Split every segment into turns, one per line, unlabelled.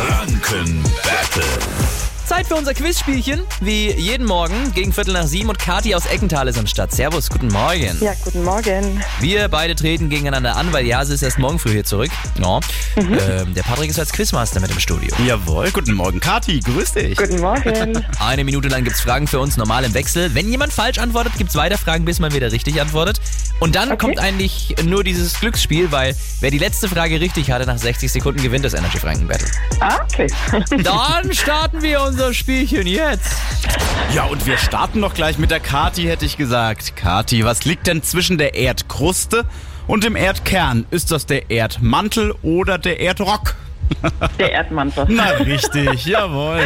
Franken Battle.
Zeit für unser Quizspielchen, wie jeden Morgen gegen Viertel nach sieben und Kathi aus Eckenthal ist am Start. Servus, guten Morgen.
Ja, guten Morgen.
Wir beide treten gegeneinander an, weil Jase ist erst morgen früh hier zurück. Ja. Ähm, der Patrick ist als Quizmaster mit im Studio.
Jawohl, guten Morgen, Kati, grüß dich.
Guten Morgen.
Eine Minute lang gibt's Fragen für uns, normal im Wechsel. Wenn jemand falsch antwortet, gibt's weiter Fragen, bis man wieder richtig antwortet. Und dann kommt eigentlich nur dieses Glücksspiel, weil wer die letzte Frage richtig hatte, nach 60 Sekunden gewinnt das Energy Franken Battle.
Ah, okay.
Dann starten wir unser Spielchen jetzt.
Ja, und wir starten doch gleich mit der Kati, hätte ich gesagt. Kati, was liegt denn zwischen der Erdkruste und dem Erdkern? Ist das der Erdmantel oder der Erdrock?
Der Erdmantel.
Na richtig, jawohl.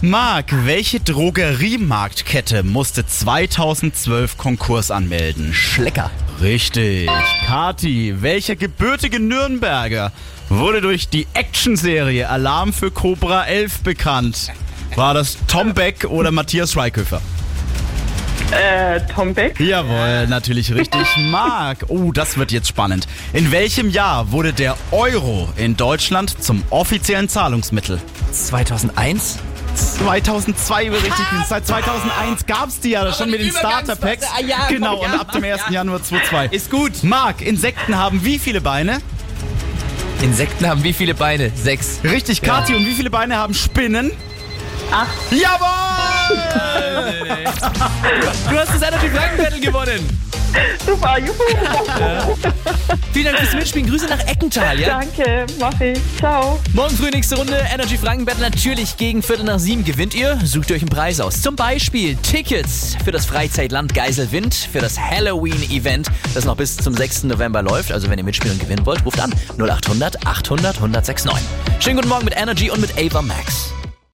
Marc, welche Drogeriemarktkette musste 2012 Konkurs anmelden?
Schlecker.
Richtig. Kati, welcher gebürtige Nürnberger wurde durch die Actionserie Alarm für Cobra 11 bekannt? War das Tom Beck oder Matthias Schweighöfer?
Äh, Tom Beck.
Jawohl, natürlich richtig. Marc, oh, das wird jetzt spannend. In welchem Jahr wurde der Euro in Deutschland zum offiziellen Zahlungsmittel?
2001?
2002 berichtet. Seit 2001 gab es die ja schon mit den Starter-Packs.
Ah, ja,
genau,
ja,
und ab dem 1.
ja.
Januar 2002.
Ist gut.
Marc, Insekten haben wie viele Beine?
Insekten haben wie viele Beine? Sechs.
Richtig, Kathi, und wie viele Beine haben Spinnen? Acht. Jawohl!
Du hast das Energy Franken Battle gewonnen.
Super, juhu.
Vielen Dank fürs Mitspielen. Grüße nach Eckenthal, ja?
Danke, mach ich. Ciao.
Morgen früh nächste Runde. Energy Franken Battle natürlich gegen Viertel nach sieben. Gewinnt ihr? Sucht ihr euch einen Preis aus. Zum Beispiel Tickets für das Freizeitland Geiselwind, für das Halloween-Event, das noch bis zum 6. November läuft. Also wenn ihr mitspielen und gewinnen wollt, ruft an 0800 800 1069. Schönen guten Morgen mit Energy und mit Ava Max.